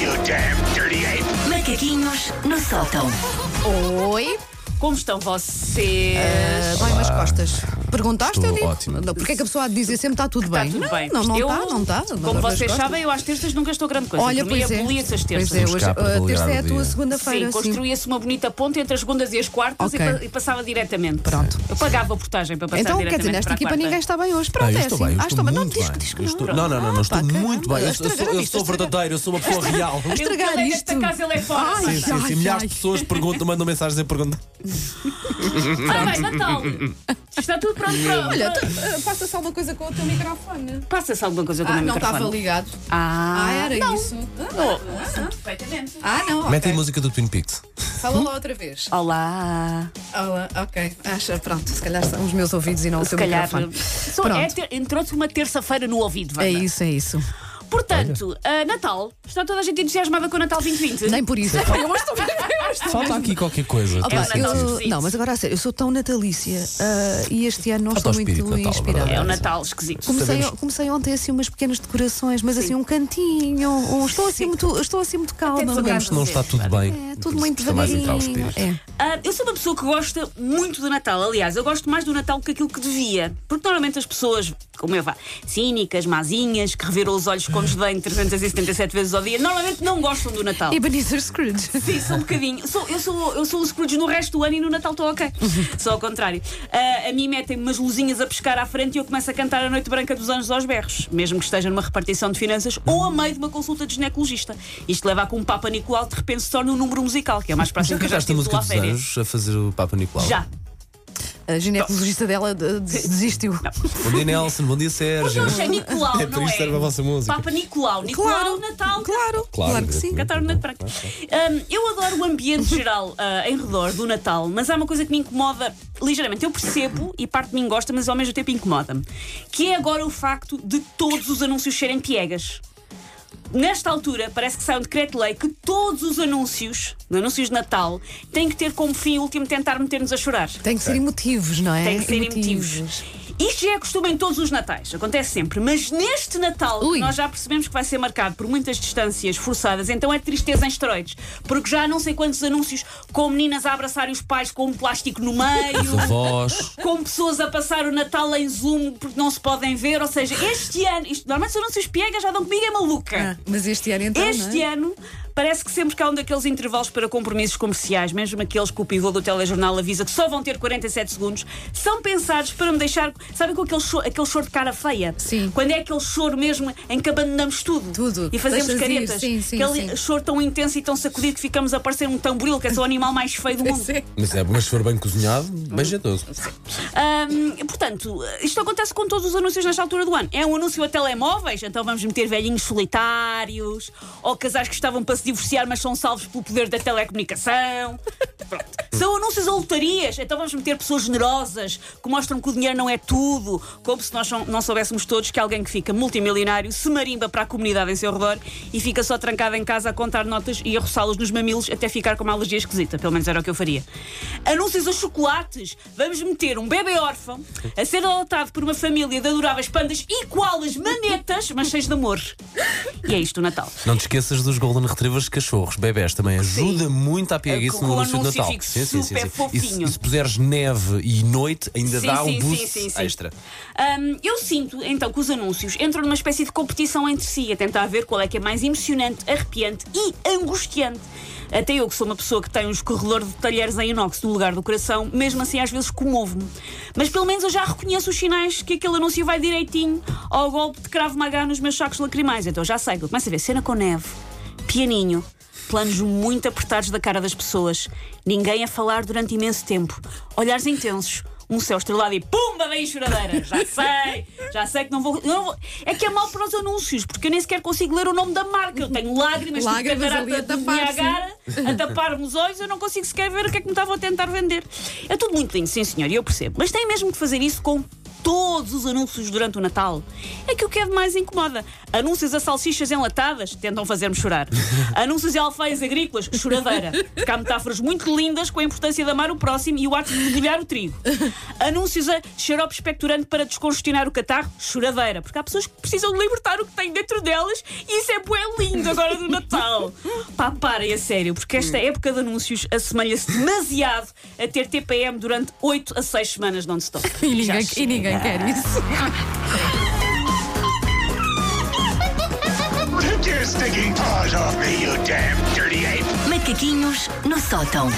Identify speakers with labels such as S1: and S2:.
S1: you damn dirty ape!
S2: Macaquinhos no sótão.
S3: Oi.
S4: Como estão vocês?
S3: Ai, mas costas. Perguntaste,
S5: Estou
S3: eu digo.
S5: ótimo.
S3: Não, Porque é que a pessoa há de dizer sempre está tudo
S4: Está
S3: bem?
S4: tudo
S3: não,
S4: bem.
S3: Não, não
S4: Eu,
S3: está, não está.
S4: Como vocês sabem, eu às terças nunca estou grande coisa.
S3: Olha,
S4: Para mim,
S3: pois é.
S4: aboli
S3: Pois
S4: essas terças.
S3: é,
S5: Mas
S3: hoje,
S5: cá
S3: a
S5: para validar
S3: terça é a
S5: o
S3: tua
S5: dia.
S3: segunda-feira.
S4: Sim, construía-se uma bonita ponte entre as segundas e as quartas
S3: Ok.
S4: e, pa- e passava diretamente.
S3: Pronto.
S4: Eu pagava a portagem para passar
S3: Então,
S4: diretamente
S3: quer dizer, nesta
S4: para a
S3: equipa
S4: quarta.
S3: ninguém está bem hoje. Pronto,
S5: Ah, eu
S3: é
S5: estou
S3: assim.
S5: bem, eu
S3: ah,
S5: estou
S3: mas não
S5: muito
S3: diz que
S5: bem.
S3: diz que
S5: Eu
S3: não.
S5: estou- Não, não, não, não,
S3: Ah,
S5: estou
S3: pá,
S5: muito bem. Eu, sou- eu sou, eu
S3: estragaram
S5: sou
S3: isto,
S5: verdadeiro, eu sou uma pessoa real.
S4: Eu
S3: Estragar
S4: calhei
S3: isto.
S4: Esta casa ele é fora.
S3: Ai,
S5: Sim, sim,
S3: ai,
S5: sim. Milhares
S3: ai.
S5: de pessoas perguntam, mandam mensagens a perguntar.
S4: Ah, vai, Natal. Está tudo pronto para.
S3: Olha, tu, eh, passa-se alguma coisa com o teu microfone.
S4: passa-se alguma coisa com o
S3: Ah,
S4: meu
S3: não
S4: microfone.
S3: estava ligado. Ah,
S4: Ah,
S3: era
S4: não.
S3: isso.
S4: Oh.
S3: Ah, Ah, não. ok.
S5: Metem a música do Twin Peaks.
S3: Fala lá outra vez.
S4: Olá.
S3: Olá, ok. Acha, pronto, se calhar são os meus ouvidos e não o
S4: Se
S3: teu
S4: calhar.
S3: microfone.
S4: Só
S3: Pronto.
S4: é ter- Entrou-te uma terça-feira no ouvido, Wanda.
S3: É isso, é isso.
S4: Portanto, ah, Natal. Está toda a gente entusiasmada com o Natal 2020?
S3: Nem por isso. Eu hoje estou bem, eu hoje estou
S5: Falta aqui qualquer coisa.
S3: Opa,
S4: É o Natal.
S3: eu-
S4: Sim.
S3: não, mas agora a sério, eu sou tão natalícia ah, e este ano não
S5: Falta
S3: estou
S5: o
S3: muito
S5: espírito de Natal,
S3: inspirada.
S4: É um Natal esquisito.
S3: Comecei,
S5: Sabemos-
S3: comecei ontem assim umas pequenas decorações, mas assim um cantinho, um- estou, assim muito, estou assim muito calma.
S4: devagar.
S3: mas-
S5: Se não está tudo bem,
S3: É, tudo muito
S5: custa mais entrar o
S3: devagarinho.
S5: espírito.
S3: É.
S4: Ah, eu sou uma pessoa que gosta muito do Natal. Aliás, eu gosto mais do Natal que aquilo que devia. Porque normalmente as pessoas, como eu vá, cínicas, mazinhas, que reviram os olhos quando bem 377 vezes ao dia, normalmente não gostam do
S3: É.
S4: Natal.
S3: Ebenezer Scrooge.
S4: Sim, sou um bocadinho. Sou- eu, sou, eu sou um Scrooge no resto do ano e no Natal estou ok. Só ao contrário. Ah, a mim metem-me umas luzinhas a pescar à frente e eu começo a cantar a Noite Branca dos Anjos aos berros, mesmo que esteja numa repartição de finanças ou a meio de uma consulta de ginecologista. Isto leva a que um Papa Nicolau de repente se torne um número musical, que é mais
S5: Já
S4: próximo que eu já
S5: cantaste a
S4: estive de
S5: música
S4: lá à
S5: dos
S4: férias.
S5: anjos a fazer o Papa Nicolau?
S4: Já.
S3: A ginecologista dela de- de- desistiu.
S5: Bom dia, Nelson. Bom dia, Sérgio.
S4: Eu achei Nicolau,
S5: É por
S4: não
S5: isso
S4: é?
S5: que serve a vossa música.
S4: Papa Nicolau. Nicolau, Natal.
S3: Claro, claro, que sim.
S5: evidentemente.
S4: Cantar o Natal. Hum, eu adoro o ambiente geral ah, em redor do Natal, mas há uma coisa que me incomoda ligeiramente. Eu percebo e parte de mim gosta, mas ao mesmo tempo incomoda-me. Que é agora o facto de todos os anúncios serem piegas. Nesta altura, parece que sai um decreto-lei que todos os anúncios, anúncios de Natal, têm que ter como fim último tentar meter-nos a chorar.
S3: Tem que ser emotivos, não é?
S4: Tem que ser emotivos. Isto já é costume em todos os Natais, acontece sempre. Mas neste Natal,
S3: Ui.
S4: nós já percebemos que vai ser marcado por muitas distâncias forçadas, então é tristeza em esteroides. Porque já há não sei quantos anúncios com meninas a abraçarem os pais com um plástico no
S5: A
S4: meio.
S5: voz.
S4: Com pessoas a passar o Natal em Zoom porque não se podem ver, ou seja, este ano, isto normalmente são anúncios piegas, já dão comigo é maluca.
S3: Ah, mas este ano então. não
S4: Este
S3: é?
S4: ano parece que sempre que há um daqueles intervalos para compromissos comerciais, mesmo aqueles que o pivô do telejornal avisa que só vão ter 47 segundos, são pensados para me deixar, sabe com aquele choro, aquele choro de cara feia?
S3: Sim.
S4: Quando é aquele choro mesmo em que abandonamos tudo,
S3: Tudo.
S4: e fazemos
S3: Deixas ir,
S4: caretas.
S3: sim, sim,
S4: aquele
S3: sim.
S4: choro tão intenso e tão sacudido que ficamos a parecer um tamboril, que é só o animal mais feio do mundo.
S5: Mas, é, mas se for bem cozinhado, bem jeitoso.
S4: Ahm, portanto, isto acontece com todos os anúncios nesta altura do ano. É um anúncio a telemóveis, então vamos meter velhinhos solitários, ou casais que estavam para se divorciar, mas são salvos pelo poder da telecomunicação. Pronto. São anúncios a lotarias, então vamos meter pessoas generosas que mostram que o dinheiro não é tudo, como se nós não- não soubéssemos todos que alguém que fica multimilionário se marimba para a comunidade em seu redor e fica só trancado em casa a contar notas e a roçá-los nos mamilos até ficar com uma alergia esquisita. Pelo menos era o que eu faria. Anúncios a chocolates. Vamos meter um bebê órfão a ser adotado por uma família de adoráveis pandas e koalas manetas, mas cheios de amor. E é isto o Natal.
S5: Não te esqueças dos Golden Retrievers cachorros, bebés também. Ajuda muito à pieguice
S4: Com- com
S5: no
S4: o
S5: anúncio de
S4: anúncio
S5: Natal.
S4: fica super
S5: E se,
S4: fofinho.
S5: e se puseres neve e noite, ainda
S4: Sim,
S5: dá
S4: sim,
S5: um boost
S4: sim, sim, sim.
S5: extra.
S4: Hum, eu sinto, então, que os anúncios entram numa espécie de competição entre si, a tentar ver qual é que é mais emocionante, arrepiante e angustiante. Até eu, que sou uma pessoa que tem um escorredor de talheres em inox no lugar do coração, mesmo assim às vezes comovo-me. Mas pelo menos eu já reconheço os sinais que aquele anúncio vai direitinho ao golpe de cravo magá nos meus sacos lacrimais. Então já sei, eu começo a ver cena com neve, pianinho, planos muito apertados da cara das pessoas, ninguém a falar durante imenso tempo, olhares intensos, um céu estrelado e pumba, vem a choradeira. Já sei, já sei que não vou, eu não vou- É que é mal para os anúncios, porque eu nem sequer consigo ler o nome da marca. Eu tenho lágrimas, de
S3: Lágrimas ali a
S4: catarata de
S3: tapar, sim.
S4: Niagara a tapar-me os olhos, eu não consigo sequer ver o que é que me estavam a tentar vender. É tudo muito lindo, sim senhor, e eu percebo. Mas tem mesmo que fazer isso com todos os anúncios durante o Natal. É que o que é de mais incomoda. Anúncios a salsichas enlatadas tentam fazer-me chorar. Anúncios a alfaias agrícolas, choradeira. Porque há metáforas muito lindas com a importância de amar o próximo e o ato de mergulhar o trigo. Anúncios a xarope expectorante para descongestionar o catarro, choradeira. Porque há pessoas que precisam de libertar o que têm dentro delas e isso é bué lindo agora do Natal. Pá, parem a sério, porque esta época de anúncios assemelha-se demasiado a ter TPM durante 8 a 6 semanas non-stop.
S3: E
S4: Já
S3: ninguém, e
S4: chega.
S3: ninguém quer isso.
S1: Take your stinking paws off me, you damn dirty ape!
S2: Macaquinhos no sótão.